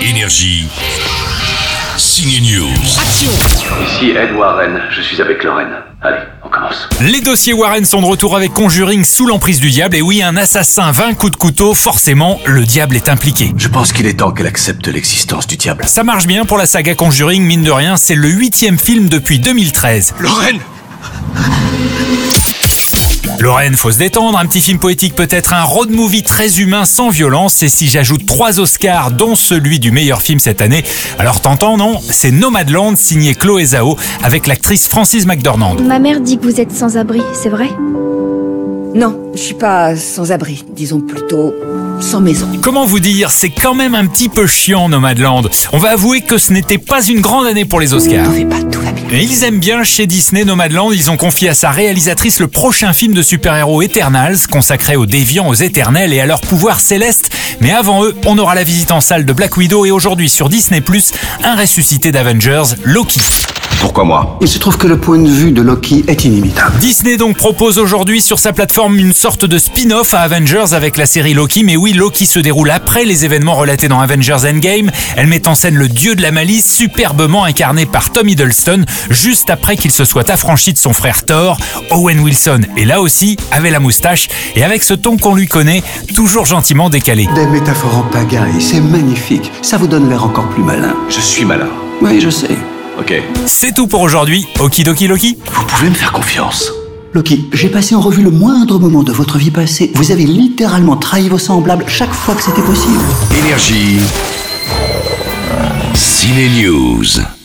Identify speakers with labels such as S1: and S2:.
S1: Énergie. Signe News.
S2: Ici Ed Warren, je suis avec Lorraine. Allez, on commence.
S3: Les dossiers Warren sont de retour avec Conjuring sous l'emprise du diable. Et oui, un assassin 20 coups de couteau, forcément, le diable est impliqué.
S2: Je pense qu'il est temps qu'elle accepte l'existence du diable.
S3: Ça marche bien pour la saga Conjuring, mine de rien, c'est le huitième film depuis 2013.
S2: Lorraine
S3: Lorraine, faut se détendre, un petit film poétique peut-être, un road movie très humain sans violence, et si j'ajoute trois Oscars, dont celui du meilleur film cette année, alors t'entends, non C'est Nomadland, signé Chloé Zhao, avec l'actrice Frances McDormand.
S4: Ma mère dit que vous êtes sans abri, c'est vrai
S5: Non, je suis pas sans abri, disons plutôt sans maison.
S3: Comment vous dire, c'est quand même un petit peu chiant Nomadland. On va avouer que ce n'était pas une grande année pour les Oscars.
S5: T'en fais pas, tout va bien.
S3: Et ils aiment bien chez Disney Nomadland, ils ont confié à sa réalisatrice le prochain film de super-héros Eternals, consacré aux déviants, aux éternels et à leur pouvoir céleste. Mais avant eux, on aura la visite en salle de Black Widow et aujourd'hui sur Disney+, un ressuscité d'Avengers, Loki.
S2: Pourquoi moi
S6: Il se trouve que le point de vue de Loki est inimitable.
S3: Disney donc propose aujourd'hui sur sa plateforme une sorte de spin-off à Avengers avec la série Loki. Mais oui, Loki se déroule après les événements relatés dans Avengers Endgame. Elle met en scène le dieu de la malice, superbement incarné par Tom Hiddleston, juste après qu'il se soit affranchi de son frère Thor. Owen Wilson, et là aussi, avait la moustache, et avec ce ton qu'on lui connaît, toujours gentiment décalé.
S6: Des métaphores en pagaille, c'est magnifique. Ça vous donne l'air encore plus malin.
S2: Je suis malin.
S6: Oui, je sais.
S2: Ok.
S3: C'est tout pour aujourd'hui. Okidoki Loki
S2: Vous pouvez me faire confiance.
S6: Loki, j'ai passé en revue le moindre moment de votre vie passée. Vous avez littéralement trahi vos semblables chaque fois que c'était possible.
S1: Énergie. Ciné News.